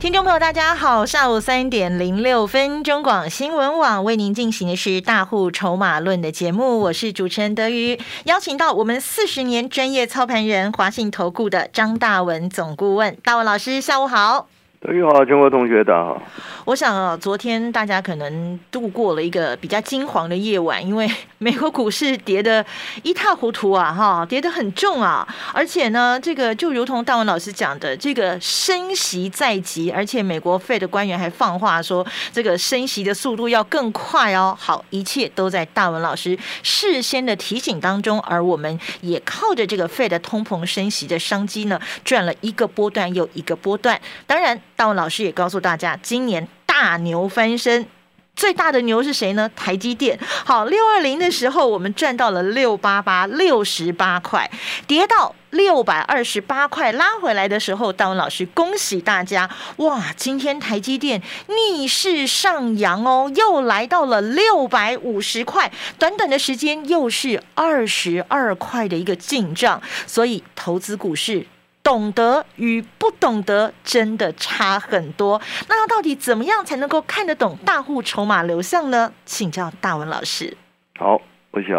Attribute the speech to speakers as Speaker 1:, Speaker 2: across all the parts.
Speaker 1: 听众朋友，大家好，下午三点零六分，中广新闻网为您进行的是《大户筹码论》的节目，我是主持人德瑜，邀请到我们四十年专业操盘人华信投顾的张大文总顾问，大文老师，下午好。
Speaker 2: 德育好，全国同学大家好。
Speaker 1: 我想啊，昨天大家可能度过了一个比较惊惶的夜晚，因为 美国股市跌得一塌糊涂啊，哈，跌得很重啊，而且呢，这个就如同大文老师讲的，这个升息在即，而且美国 Fed 官员还放话说，这个升息的速度要更快哦。好，一切都在大文老师事先的提醒当中，而我们也靠着这个 Fed 通膨升息的商机呢，赚了一个波段又一个波段。当然，大文老师也告诉大家，今年。大牛翻身，最大的牛是谁呢？台积电。好，六二零的时候我们赚到了六八八六十八块，跌到六百二十八块，拉回来的时候，大文老师恭喜大家！哇，今天台积电逆势上扬哦，又来到了六百五十块，短短的时间又是二十二块的一个进账，所以投资股市。懂得与不懂得真的差很多。那到底怎么样才能够看得懂大户筹码流向呢？请教大文老师。
Speaker 2: 好，我想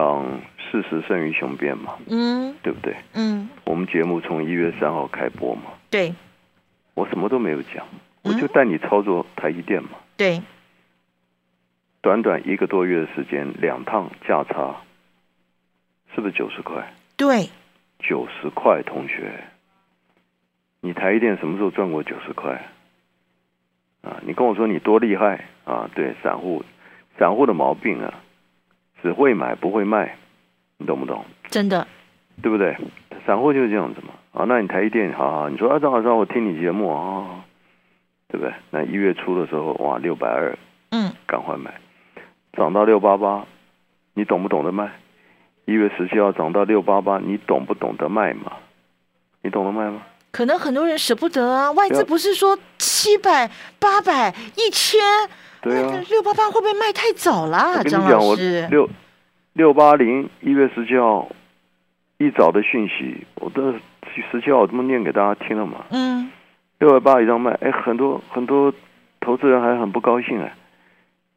Speaker 2: 事实胜于雄辩嘛，
Speaker 1: 嗯
Speaker 2: 对不对？
Speaker 1: 嗯，
Speaker 2: 我们节目从一月三号开播嘛，
Speaker 1: 对
Speaker 2: 我什么都没有讲，我
Speaker 1: 嗯
Speaker 2: 就带你操作台积电嘛。
Speaker 1: 对，
Speaker 2: 短短一个多月的时间，两趟价差，是不是九十块？
Speaker 1: 对，
Speaker 2: 九十块，同学，你台积电什么时候赚过九十块？啊，你跟我说你多厉害啊？对，散户，散户的毛病啊，只会买不会卖，你懂不懂？
Speaker 1: 真的，
Speaker 2: 对不对？散户就是这样子嘛。啊，那你台积电，好好，你说啊，张老师，我听你节目啊，好好对不对？那一月初的时候，哇，六百二，
Speaker 1: 嗯，
Speaker 2: 赶快买，涨到六八八，你懂不懂得卖？一月十七号涨到六八八，你懂不懂得卖嘛？你懂得卖吗？
Speaker 1: 可能很多人舍不得啊。外
Speaker 2: 对
Speaker 1: 资
Speaker 2: 啊
Speaker 1: 不是说七百、八百、一千，
Speaker 2: 对啊，
Speaker 1: 六八八会不会卖太早啦、
Speaker 2: 我跟
Speaker 1: 啊张
Speaker 2: 你讲，
Speaker 1: 老
Speaker 2: 我
Speaker 1: 师，
Speaker 2: 六六八零一月十七号一早的讯息，我都十七号我这么念给大家听了嘛。
Speaker 1: 嗯，
Speaker 2: 六百八一张卖，哎，很多很多投资人还很不高兴哎，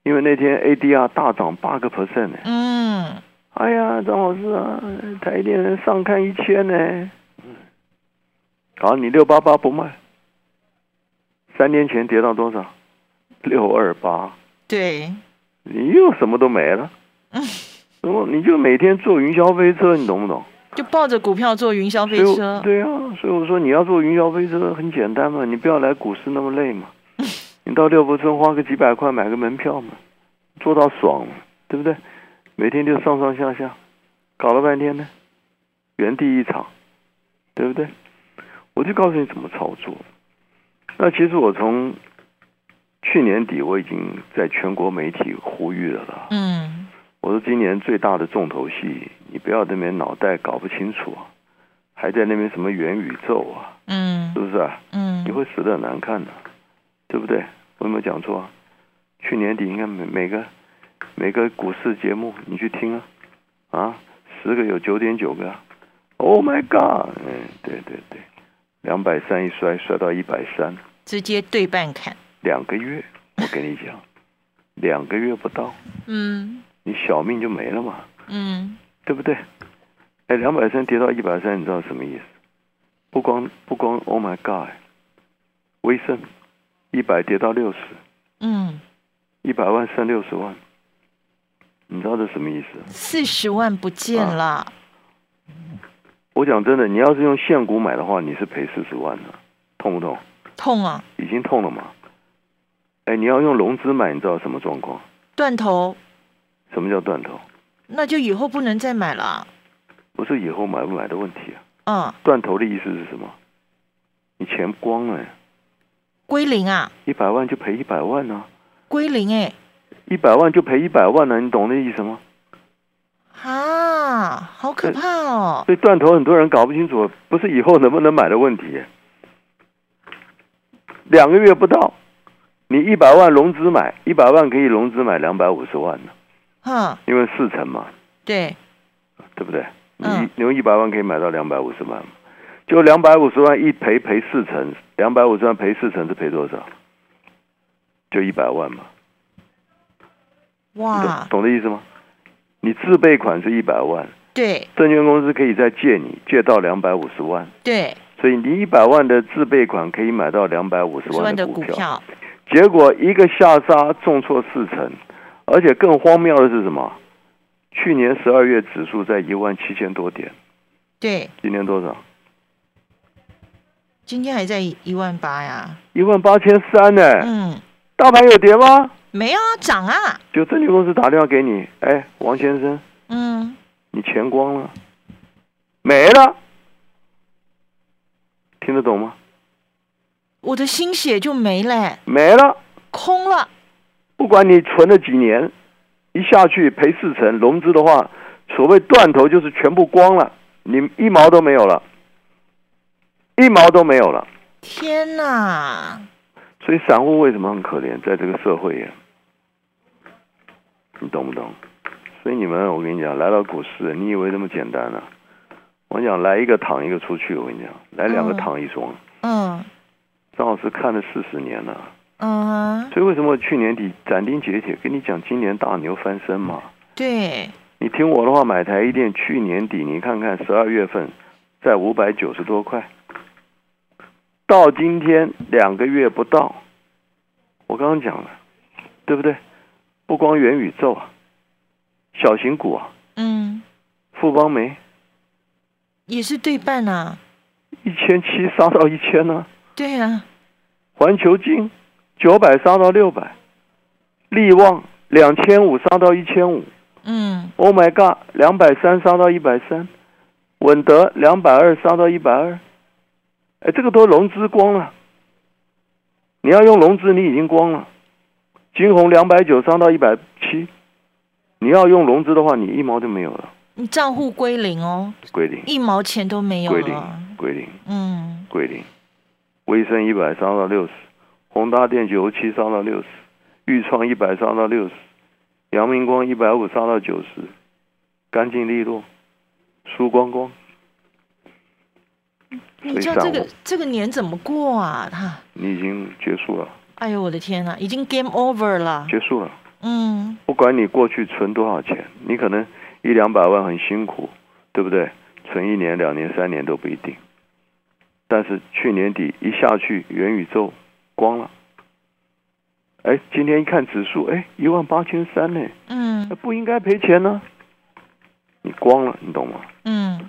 Speaker 2: 因为那天 ADR 大涨八个 percent 呢。
Speaker 1: 嗯，
Speaker 2: 哎呀，张老师啊，台电人上看一千呢。嗯，好，你六八八不卖，三年前跌到多少？六二八，
Speaker 1: 对，
Speaker 2: 你又什么都没了。
Speaker 1: 嗯，
Speaker 2: 然后你就每天坐云霄飞车，你懂不懂？
Speaker 1: 就抱着股票坐云霄飞
Speaker 2: 所以我
Speaker 1: 车，
Speaker 2: 对啊，所以我说你要坐云霄飞车很简单嘛，你不要来股市那么累 嘛。你到六福村花个几百块买个门票嘛，坐到爽嘛，对不对？每天就上上下下，搞了半天呢，原地一场，对不对？我就告诉你怎么操作。那其实我从去年底我已经在全国媒体呼吁了啦。
Speaker 1: 嗯，
Speaker 2: 我说今年最大的重头戏，你不要那边脑袋搞不清楚啊，还在那边什么元宇宙啊，
Speaker 1: 嗯
Speaker 2: 是，不是、啊？
Speaker 1: 嗯
Speaker 2: 你，会死的很难看的、对不对？我有没有讲错啊？去年底应该每每个每个股市节目你去听啊，啊，十个有九点九个、啊、，Oh my God！嗯，对对对，两百三一摔摔到一百三，
Speaker 1: 直接对半砍，
Speaker 2: 两个月，我跟你讲，两个月不到，
Speaker 1: 嗯
Speaker 2: 你小命就没了嘛。
Speaker 1: 嗯。
Speaker 2: 对不对？哎，两百三跌到一百三，你知道什么意思？不光不光，Oh my God！威盛一百跌到六十，
Speaker 1: 嗯，
Speaker 2: 一百万剩六十万，你知道这什么意思？
Speaker 1: 四十万不见了，
Speaker 2: 我讲真的，你要是用现股买的话，你是赔四十万的，痛不痛？
Speaker 1: 痛啊，
Speaker 2: 已经痛了嘛？哎，你要用融资买，你知道什么状况？
Speaker 1: 断头，
Speaker 2: 什么叫断头？
Speaker 1: 那就以后不能再买了。
Speaker 2: 不是以后买不买的问题啊，
Speaker 1: 嗯，
Speaker 2: 断头的意思是什么？你钱光了，
Speaker 1: 归零啊，
Speaker 2: 一百万就赔一百万呢、
Speaker 1: 归零哎、
Speaker 2: 一百万就赔一百万呢，你懂那意思吗？
Speaker 1: 啊，哇，好可怕哦！
Speaker 2: 所以断头很多人搞不清楚，不是以后能不能买的问题。两个月不到，你一百万融资买，一百万可以融资买两百五十万呢，
Speaker 1: 哈，
Speaker 2: 因为四成嘛，
Speaker 1: 对，
Speaker 2: 对不对？你
Speaker 1: 嗯
Speaker 2: 你用一百万可以买到两百五十万嘛，就两百五十万一赔赔四成，两百五十万赔四成是赔多少？就一百万嘛，你懂
Speaker 1: 哇，
Speaker 2: 懂的意思吗？你自备款是一百万，
Speaker 1: 对
Speaker 2: 证券公司可以再借你借到两百五十万，
Speaker 1: 对，
Speaker 2: 所以你一百万的自备款可以买到两百五十
Speaker 1: 十万
Speaker 2: 万
Speaker 1: 的
Speaker 2: 的
Speaker 1: 股
Speaker 2: 股票，
Speaker 1: 票，
Speaker 2: 结果一个下杀重挫四成，而且更荒谬的是什么？去年十二月指数在一万七千多点，
Speaker 1: 对，
Speaker 2: 今年多少？
Speaker 1: 今天还在一万八呀，
Speaker 2: 一万八千三呢？
Speaker 1: 嗯，
Speaker 2: 大盘有跌吗？
Speaker 1: 没有啊，涨啊，
Speaker 2: 就证券公司打电话给你，哎，王先生，
Speaker 1: 嗯，
Speaker 2: 你钱光了，没了，听得懂吗？
Speaker 1: 我的心血就没了，
Speaker 2: 没了。
Speaker 1: 空了，
Speaker 2: 不管你存了几年，一下去赔四成，融资的话，所谓断头就是全部光了，你一毛都没有了，一毛都没有了。
Speaker 1: 天哪，
Speaker 2: 所以散户为什么很可怜，在这个社会呀？你懂不懂？所以你们，我跟你讲，来到股市，你以为那么简单呢、我讲来一个躺一个出去，我跟你讲，来两个
Speaker 1: 嗯
Speaker 2: 躺一双。
Speaker 1: 嗯
Speaker 2: 张老师看了四十年了、
Speaker 1: 嗯，
Speaker 2: 所以为什么去年底斩钉截铁跟你讲今年大牛翻身嘛？
Speaker 1: 对，
Speaker 2: 你听我的话，买台一店去年底，你看看十二月份在五百九十多块，到今天两个月不到，我刚刚讲了，对不对？不光元宇宙啊，小型股啊，
Speaker 1: 嗯，
Speaker 2: 富邦煤
Speaker 1: 也是对半啊，
Speaker 2: 一千七杀到一千呢，
Speaker 1: 对啊，
Speaker 2: 环球金九百杀到六百，力旺两千五杀到一千五。
Speaker 1: 嗯
Speaker 2: Oh my god，两百三杀到一百三，稳德两百二杀到一百二，哎，这个都融资光了。你要用融资，你已经光了。金红两百九杀到一百七，你要用融资的话，你一毛就没有了。
Speaker 1: 你账户归零哦，
Speaker 2: 归零，
Speaker 1: 一毛钱都没有
Speaker 2: 归零
Speaker 1: 了，，
Speaker 2: 归零，
Speaker 1: 嗯，
Speaker 2: 归零。威盛一百杀到六十，宏达电九十七杀到六十，裕创一百杀到六十，阳明光一百五杀到九十，干净利落，输光光。
Speaker 1: 你
Speaker 2: 所以
Speaker 1: 叫
Speaker 2: 散
Speaker 1: 这个
Speaker 2: 户
Speaker 1: 这个年怎么过啊？他，
Speaker 2: 你已经结束了，
Speaker 1: 哎呦我的天呐，已经 game over 了，
Speaker 2: 结束了。
Speaker 1: 嗯，
Speaker 2: 不管你过去存多少钱，你可能一两百万很辛苦，对不对？存一年、两年、三年都不一定。但是去年底一下去，元宇宙光了。哎，今天一看指数，哎，一万八千三呢，
Speaker 1: 嗯
Speaker 2: 那不应该赔钱呢。你光了，你懂吗？
Speaker 1: 嗯，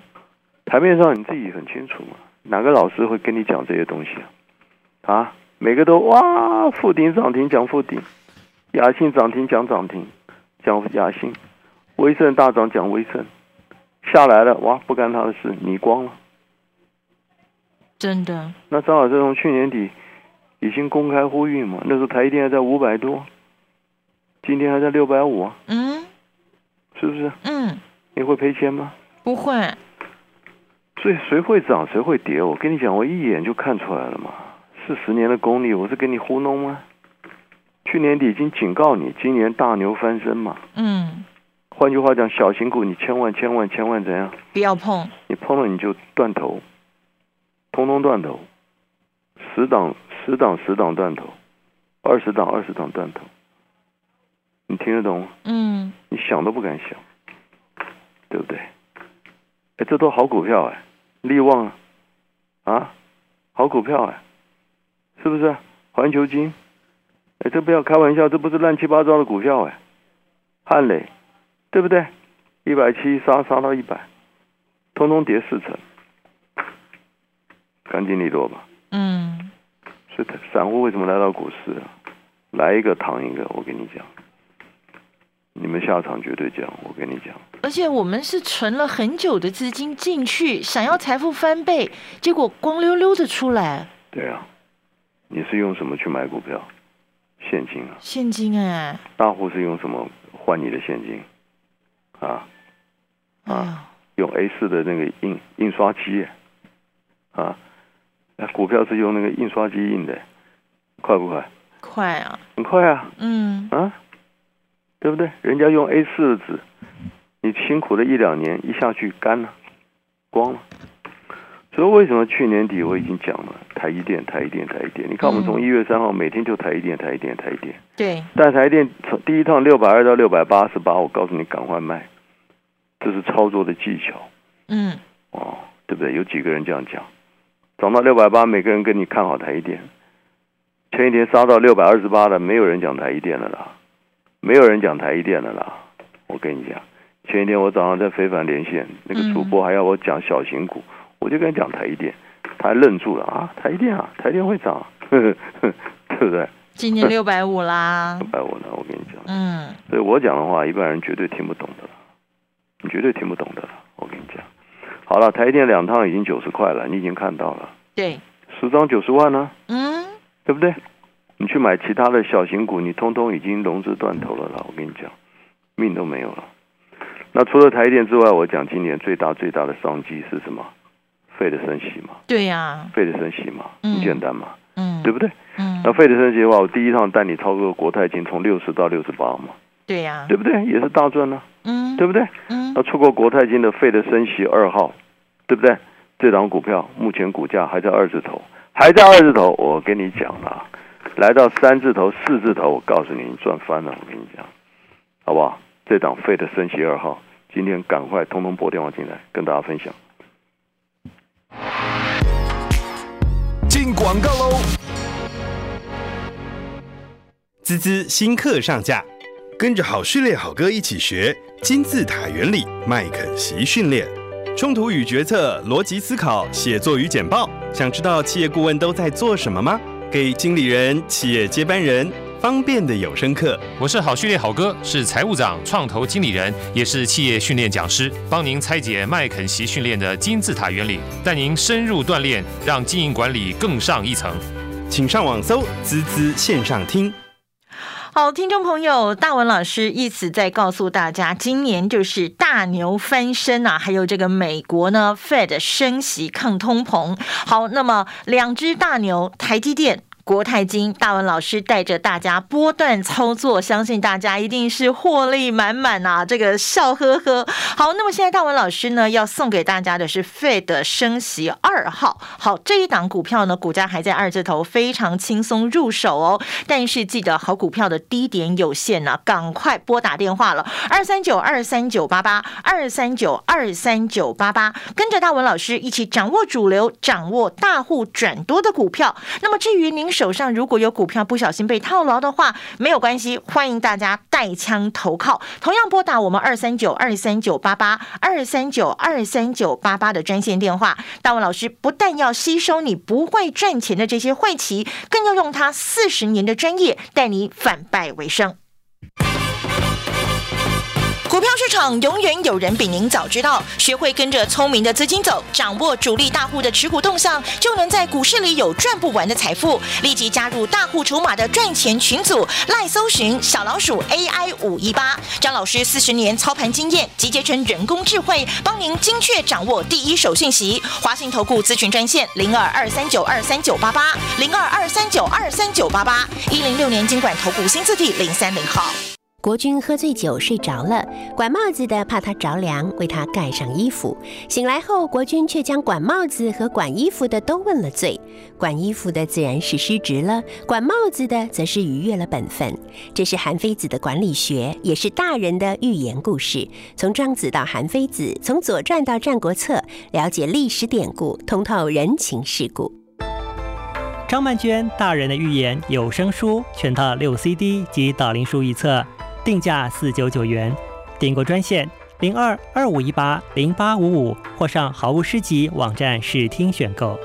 Speaker 2: 台面上你自己很清楚嘛，哪个老师会跟你讲这些东西啊？啊，每个都哇，附顶涨停讲附顶，雅信涨停讲涨停，讲雅信，威盛大涨讲威盛，下来了哇，不干他的事，你光了。
Speaker 1: 真的，
Speaker 2: 那张老师从去年底已经公开呼吁嘛，那时候台积电还在五百多，今天还在六百五啊，
Speaker 1: 嗯
Speaker 2: 是不是？
Speaker 1: 嗯，
Speaker 2: 你会赔钱吗？
Speaker 1: 不会，
Speaker 2: 所以谁会涨谁会跌，我跟你讲，我一眼就看出来了嘛。四十年的功力，我是跟你糊弄吗？去年底已经警告你，今年大牛翻身嘛。
Speaker 1: 嗯，
Speaker 2: 换句话讲，小型股你千万千万千万怎样？
Speaker 1: 不要碰，
Speaker 2: 你碰了你就断头，通通断头，十档十档十档断头，二十档二十档断头。你听得懂吗？
Speaker 1: 嗯，
Speaker 2: 你想都不敢想，对不对？哎，这都好股票哎，力旺啊，啊，好股票哎，是不是？环球金，哎，这不要开玩笑，这不是乱七八糟的股票哎，汉磊，对不对？一百七杀杀到一百，通通跌四成，干净利落吧？
Speaker 1: 嗯，
Speaker 2: 所以散户为什么来到股市啊？来一个躺一个，我跟你讲，你们下场绝对这样，我跟你讲。
Speaker 1: 而且我们是存了很久的资金进去，想要财富翻倍，结果光溜溜的出来
Speaker 2: 对啊，你是用什么去买股票？现金啊，
Speaker 1: 现金哎，
Speaker 2: 大户是用什么换你的现金？啊，
Speaker 1: 哎
Speaker 2: 啊，用 A 四的那个印印刷机啊，那股票是用那个印刷机印的，快不快？
Speaker 1: 快啊，
Speaker 2: 很快啊，
Speaker 1: 嗯
Speaker 2: 啊，对不对？人家用 A 四的纸，你辛苦了一两年，一下去干了，光了。所以为什么去年底我已经讲了，台一电、台一电、台一电？你看我们从
Speaker 1: 嗯
Speaker 2: 一月三号每天就台一电、台一电、台一电，
Speaker 1: 对，
Speaker 2: 但台电从第一趟六百二到六百八十八，我告诉你赶快卖，这是操作的技巧
Speaker 1: 嗯
Speaker 2: 哦，对不对？有几个人这样讲，涨到六百八，每个人跟你看好台一电，前一天杀到六百二十八的，没有人讲台一电的啦，没有人讲台一电的啦，我跟你讲，前一天我早上在非凡连线，那个主播还要我讲小型股，我就跟他讲台一电，他还愣住了啊，台一电啊，台电会涨、啊， 呵呵呵对不对？
Speaker 1: 今 年六百五啦，
Speaker 2: 哎，我呢，我跟你讲。
Speaker 1: 嗯
Speaker 2: 所以我讲的话，一般人绝对听不懂的了，你绝对听不懂的了。我跟你讲，好了，台积电两趟已经九十块了，你已经看到了，
Speaker 1: 对，
Speaker 2: 十张九十万呢、
Speaker 1: 嗯
Speaker 2: 对不对？你去买其他的小型股，你通通已经融资断头了啦。我跟你讲，命都没有了。那除了台积电之外，我讲今年最大最大的商机是什么？费的升息嘛，
Speaker 1: 对呀、
Speaker 2: 费的升息嘛，
Speaker 1: 嗯
Speaker 2: 很简单嘛，
Speaker 1: 嗯
Speaker 2: 对不对？
Speaker 1: 嗯
Speaker 2: 那费的升息的话，我第一趟带你操作国泰金从六十到六十八嘛，
Speaker 1: 对呀、
Speaker 2: 对不对？也是大赚呢、
Speaker 1: 嗯
Speaker 2: 对不对？
Speaker 1: 嗯
Speaker 2: 那错过国泰金的费的升息二号，对不对？这档股票目前股价还在二字头，还在二字头。我跟你讲了，来到三字头、四字头，我告诉你，你赚翻了。我跟你讲，好不好？这档费的升息二号，今天赶快通通拨电话进来，跟大家分享。
Speaker 3: 进广告喽。滋滋新课上架，
Speaker 4: 跟着好序列好歌一起学
Speaker 3: 金字塔原理、麦肯锡训练，冲突与决策、逻辑思考、写作与简报。想知道企业顾问都在做什么吗？给经理人、企业接班人方便的有声课。
Speaker 4: 我是好序列好哥，是财务长、创投经理人，也是企业训练讲师，帮您拆解麦肯锡训练的金字塔原理，带您深入锻炼，让经营管理更上一层。
Speaker 3: 请上网搜“滋滋线上听
Speaker 1: 好，听众朋友，大文老师一直在告诉大家，今年就是大牛翻身啊，还有这个美国呢，Fed 升息抗通膨。好，那么两只大牛，台积电。国泰金大文老师带着大家波段操作，相信大家一定是获利满满啊！这个笑呵呵。好，那么现在大文老师呢要送给大家的是 Fed 升息二号。好，这一档股票呢，股价还在二字头，非常轻松入手哦。但是记得好股票的低点有限呢、赶快拨打电话了，二三九二三九八八，二三九二三九八八，跟着大文老师一起掌握主流，掌握大户转多的股票。那么至于您手上如果有股票不小心被套牢的话，没有关系，欢迎大家带枪投靠，同样拨打我们二三九二三九八八二三九二三九八八的专线电话。大文老师不但要吸收你不会赚钱的这些晦气，更要用他四十年的专业带你反败为胜。股票市场永远有人比您早知道，学会跟着聪明的资金走，掌握主力大户的持股动向，就能在股市里有赚不完的财富。立即加入大户筹码的赚钱群组，赖搜寻小老鼠 AI 五一八，张老师四十年操盘经验集结成人工智慧，帮您精确掌握第一手讯息。华信投顾咨询专线零二二三九二三九八八零二二三九二三九八八一零六年经管投顾新字第零三零号。
Speaker 5: 国君喝醉酒睡着了，管帽子的怕他着凉，为他盖上衣服。醒来后，国君却将管帽子和管衣服的都问了罪。管衣服的自然是失职了，管帽子的则是逾越了本分。这是韩非子的管理学，也是大人的寓言故事。从庄子到韩非子，从《左传》到《战国策》，了解历史典故，通透人情世故。
Speaker 6: 张曼娟《大人的预言》有声书全套六 CD 及导灵书一册，定价四九九元。订购专线零二二五一八零八五五，或上好物诗集网站试听选购。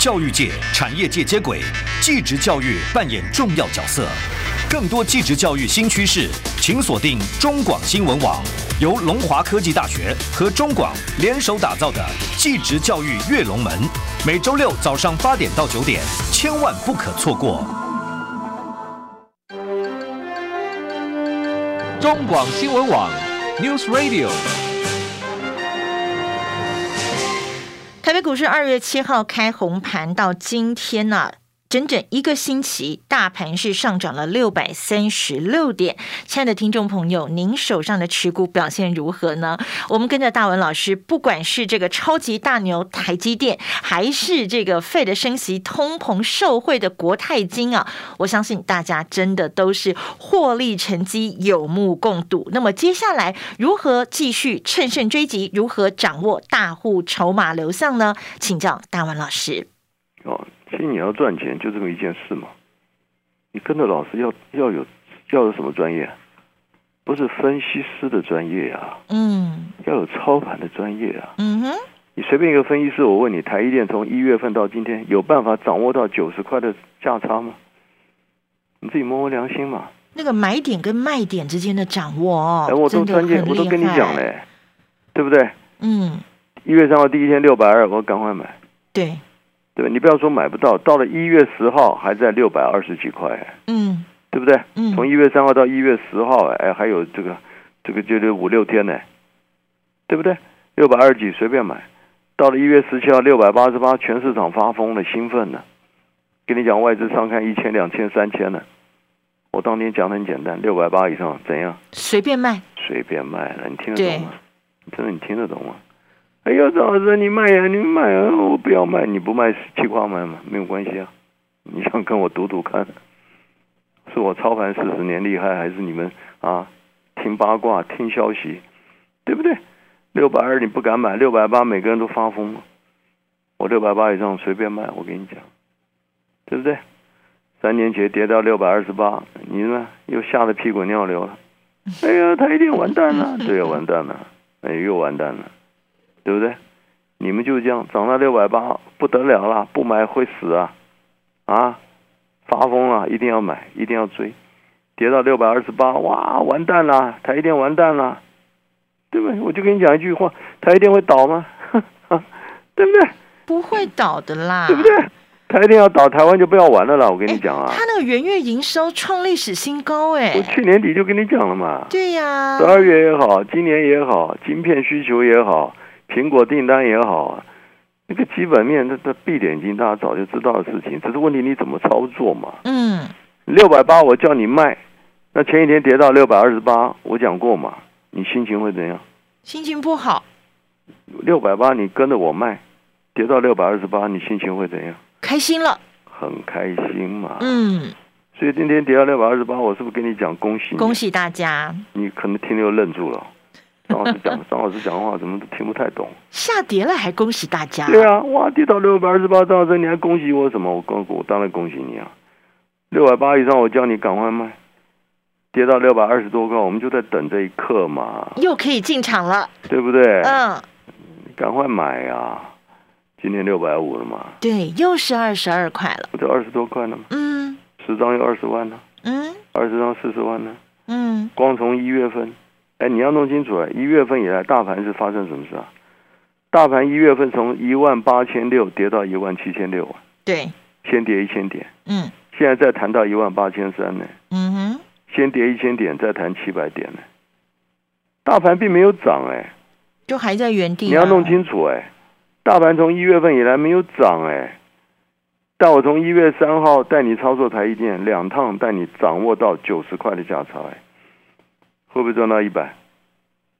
Speaker 7: 教育界、产业界接轨，技职教育扮演重要角色。更多技职教育新趋势，请锁定中广新闻网，由龙华科技大学和中广联手打造的技职教育跃龙门，每周六早上八点到九点，千万不可错过。
Speaker 8: 中广新闻网
Speaker 7: News Radio。
Speaker 1: 台北股市二月七号开红盘到今天呢、整整一个星期，大盘是上涨了六百三十六点。亲爱的听众朋友，您手上的持股表现如何呢？我们跟着大文老师，不管是这个超级大牛台积电，还是这个费的升息、通膨受惠的国泰金啊，我相信大家真的都是获利成绩有目共睹。那么接下来如何继续乘胜追击？如何掌握大户筹码流向呢？请教大文老师。
Speaker 2: 哦，其实你要赚钱就这么一件事嘛。你跟着老师要要有要有什么专业？啊不是分析师的专业啊，
Speaker 1: 嗯
Speaker 2: 要有操盘的专业啊。
Speaker 1: 嗯哼。
Speaker 2: 你随便一个分析师，我问你，台积电从一月份到今天，有办法掌握到九十块的价差吗？你自己摸摸良心嘛。
Speaker 1: 那个买点跟卖点之间的掌握哦，
Speaker 2: 哎，我
Speaker 1: 真
Speaker 2: 都
Speaker 1: 的
Speaker 2: 专
Speaker 1: 很厉
Speaker 2: 业，
Speaker 1: 害。
Speaker 2: 我都跟你讲嘞，对不对？
Speaker 1: 嗯，
Speaker 2: 一月三号第一天六百二，我赶快买，
Speaker 1: 对，
Speaker 2: 对吧？你不要说买不到，到了一月十号还在六百二十几块，
Speaker 1: 嗯
Speaker 2: 对不对？
Speaker 1: 嗯，
Speaker 2: 从一月三号到一月十号，哎，还有这个这个就是五六天呢，对不对？六百二几随便买，到了一月十七号六百八十八，全市场发疯了，兴奋了，跟你讲外资上看一千、两千、三千呢。我当天讲的很简单，六百八以上怎样？
Speaker 1: 随便卖，
Speaker 2: 随便卖了，你听得懂吗？真的，你听得懂吗？哎呦，赵老师，你卖呀、你卖呀、我不要卖，你不卖气矿卖嘛，没有关系啊。你想跟我赌赌看，是我操盘四十年厉害，还是你们啊听八卦、听消息，对不对？六百二你不敢买，六百八每个人都发疯了。我六百八以上随便卖，我跟你讲，对不对？三年前跌到六百二十八，你呢又吓得屁滚尿流了。 哎呀，他一定完蛋了， 对呀、完蛋了，哎，又完蛋了，对不对？你们就这样涨到六百八，不得了了，不买会死啊！啊，发疯了，一定要买，一定要追，跌到六百二十八，哇，完蛋了，台积电完蛋了，对不对？我就跟你讲一句话，台积电会倒吗？ 对不对？
Speaker 1: 不会倒的啦，
Speaker 2: 对不对？台积电要倒，台湾就不要玩了啦！我跟你讲啊
Speaker 1: 哎，他那个元月营收创历史新高，哎
Speaker 2: 我，去年底就跟你讲了嘛。
Speaker 1: 对呀
Speaker 2: 十，二月也好，今年也好，晶片需求也好，苹果订单也好，那个基本面它的闭点已经大家早就知道的事情，只是问题你怎么操作嘛。
Speaker 1: 嗯，
Speaker 2: 六百八我叫你卖，那前一天跌到六百二十八，我讲过嘛，你心情会怎样？
Speaker 1: 心情不好，
Speaker 2: 六百八你跟着我卖，跌到六百二十八，你心情会怎样？
Speaker 1: 开心了，
Speaker 2: 很开心嘛。
Speaker 1: 嗯，
Speaker 2: 所以今天跌到六百二十八，我是不是跟你讲恭喜你？
Speaker 1: 恭喜大家，
Speaker 2: 你可能听了又 愣住了。张老师讲，张老师讲话怎么都听不太懂。
Speaker 1: 下跌了还恭喜大家，
Speaker 2: 对啊，哇，跌到六百二十八，张老师，你还恭喜我什么？我恭我当然恭喜你啊！六百八以上，我叫你赶快卖。跌到六百二十多块，我们就在等这一刻嘛，
Speaker 1: 又可以进场了，
Speaker 2: 对不对？
Speaker 1: 嗯，
Speaker 2: 赶快买啊！今天六百五了嘛，
Speaker 1: 对，又是二十二块了，
Speaker 2: 不就二十多块呢吗？
Speaker 1: 嗯
Speaker 2: 十张有二十万呢，
Speaker 1: 嗯
Speaker 2: 二十张四十万呢。
Speaker 1: 嗯，
Speaker 2: 光从一月份，哎，你要弄清楚啊，一月份以来大盘是发生什么事啊？大盘一月份从一万八千六跌到一万七千六啊，
Speaker 1: 对，
Speaker 2: 先跌一千点。
Speaker 1: 嗯
Speaker 2: 现在再谈到一万八千三呢，
Speaker 1: 嗯哼，
Speaker 2: 先跌一千点，再谈七百点呢。大盘并没有涨哎，
Speaker 1: 就还在原地啊，
Speaker 2: 你要弄清楚哎，大盘从一月份以来没有涨哎，但我从一月三号带你操作台积电两趟，带你掌握到九十块的价差哎，会不会赚到一百？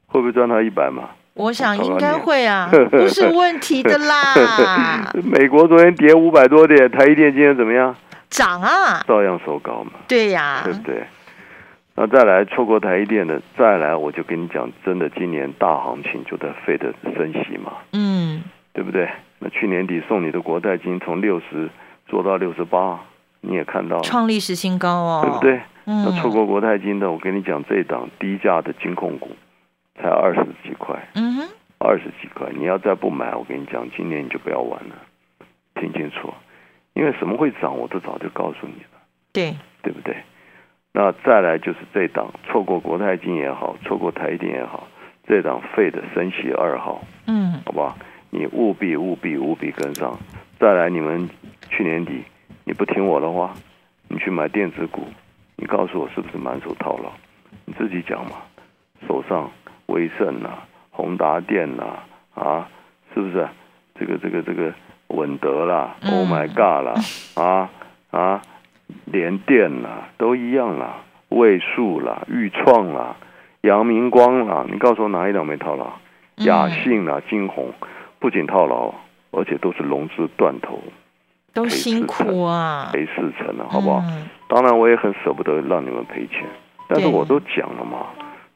Speaker 2: 会不会赚到一百嘛？
Speaker 1: 我想
Speaker 2: 我告诉
Speaker 1: 应该
Speaker 2: 你，
Speaker 1: 会啊，不是问题的啦
Speaker 2: 美国昨天跌五百多点，台积电今天怎么样？
Speaker 1: 涨啊，
Speaker 2: 照样收高嘛。
Speaker 1: 对呀、
Speaker 2: 对不对？那再来错过台一电的，再来我就跟你讲，真的今年大行情就在费的升息嘛，
Speaker 1: 嗯，
Speaker 2: 对不对？那去年底送你的国泰金从六十做到六十八，你也看到了，
Speaker 1: 创历史新高哦，
Speaker 2: 对不对？
Speaker 1: 嗯？
Speaker 2: 那错过国泰金的，我跟你讲，这档低价的金控股才二十几块，
Speaker 1: 嗯哼，
Speaker 2: 二十几块，你要再不买，我跟你讲，今年你就不要玩了，听清楚，因为什么会涨，我都早就告诉你了。
Speaker 1: 对，
Speaker 2: 对不对？那再来就是这档，错过国泰金也好，错过台电也好，这档费的升息二号，
Speaker 1: 嗯，
Speaker 2: 好不好？你务必务必务必跟上。再来，你们去年底你不听我的话，你去买电子股，你告诉我是不是满手套牢？你自己讲嘛，手上威盛啊、宏达电啊，啊，是不是？这个这个这个稳德啦、
Speaker 1: 嗯
Speaker 2: o h my God 啦，啊啊，联电啦，都一样啦，位数啦、裕创啦、阳明光啦，你告诉我哪一档没套牢？
Speaker 1: 嗯
Speaker 2: 雅信啦、金红不仅套牢，而且都是融资断头，
Speaker 1: 都
Speaker 2: 赔
Speaker 1: 辛
Speaker 2: 四
Speaker 1: 苦
Speaker 2: 成
Speaker 1: 啊，
Speaker 2: 赔四成了，哎好不好？
Speaker 1: 嗯
Speaker 2: 当然，我也很舍不得让你们赔钱，但是
Speaker 1: 对
Speaker 2: 我都讲了嘛，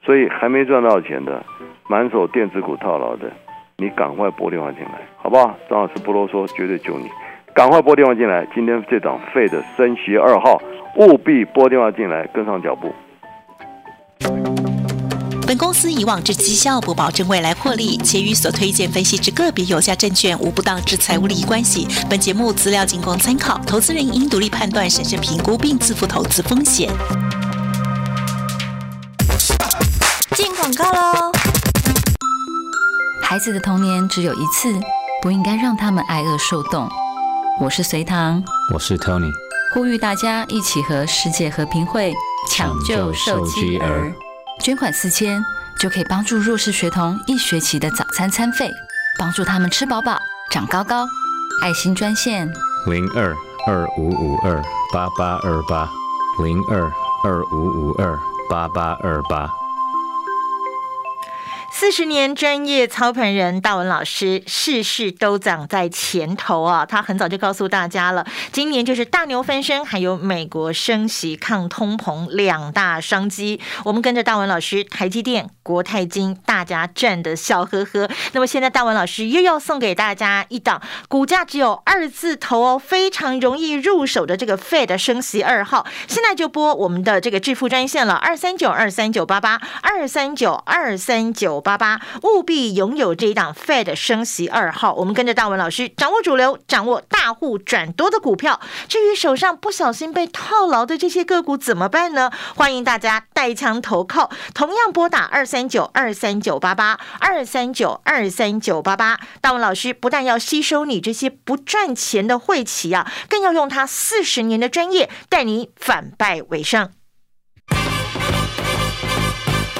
Speaker 2: 所以还没赚到钱的，满手电子股套牢的，你赶快拨电话进来，好不好？张老师不啰嗦，绝对救你，赶快拨电话进来。今天这档费的升息二号，务必拨电话进来，跟上脚步。
Speaker 9: 本公司以往之绩效不保证未来获利，且与所推荐分析之个别有价证券无不当之财务利益关系。本节目资料仅供参考，投资人应独立判断、审慎评估并自负投资风险。
Speaker 5: 进广告喽。孩子的童年只有一次，不应该让他们挨饿受冻。我是隋唐，
Speaker 4: 我是 Tony，
Speaker 5: 呼吁大家一起和世界和平会抢救受饥儿，捐款四千就可以帮助弱势学童一学期的早餐餐费，帮助他们吃饱饱、长高高。爱心专线
Speaker 4: 零二二五五二八八二八，零二二五五二八八二八。
Speaker 1: 四十年专业操盘人大文老师，事事都长在前头啊！他很早就告诉大家了，今年就是大牛翻身，还有美国升息抗通膨两大商机。我们跟着大文老师，台积电、国泰金，大家赚的笑呵呵。那么现在大文老师又要送给大家一档股价只有二字头哦，非常容易入手的这个 Fed 升息二号，现在就拨我们的这个致富专线了，二三九二三九八八二三九二三九八八，务必拥有这一档 Fed 升息二号。我们跟着大文老师掌握主流，掌握大户转多的股票。至于手上不小心被套牢的这些个股怎么办呢？欢迎大家带枪投靠，同样拨打二三九二三九八八二三九二三九八八。大文老师不但要吸收你这些不赚钱的晦气啊，更要用他四十年的专业带你反败为胜。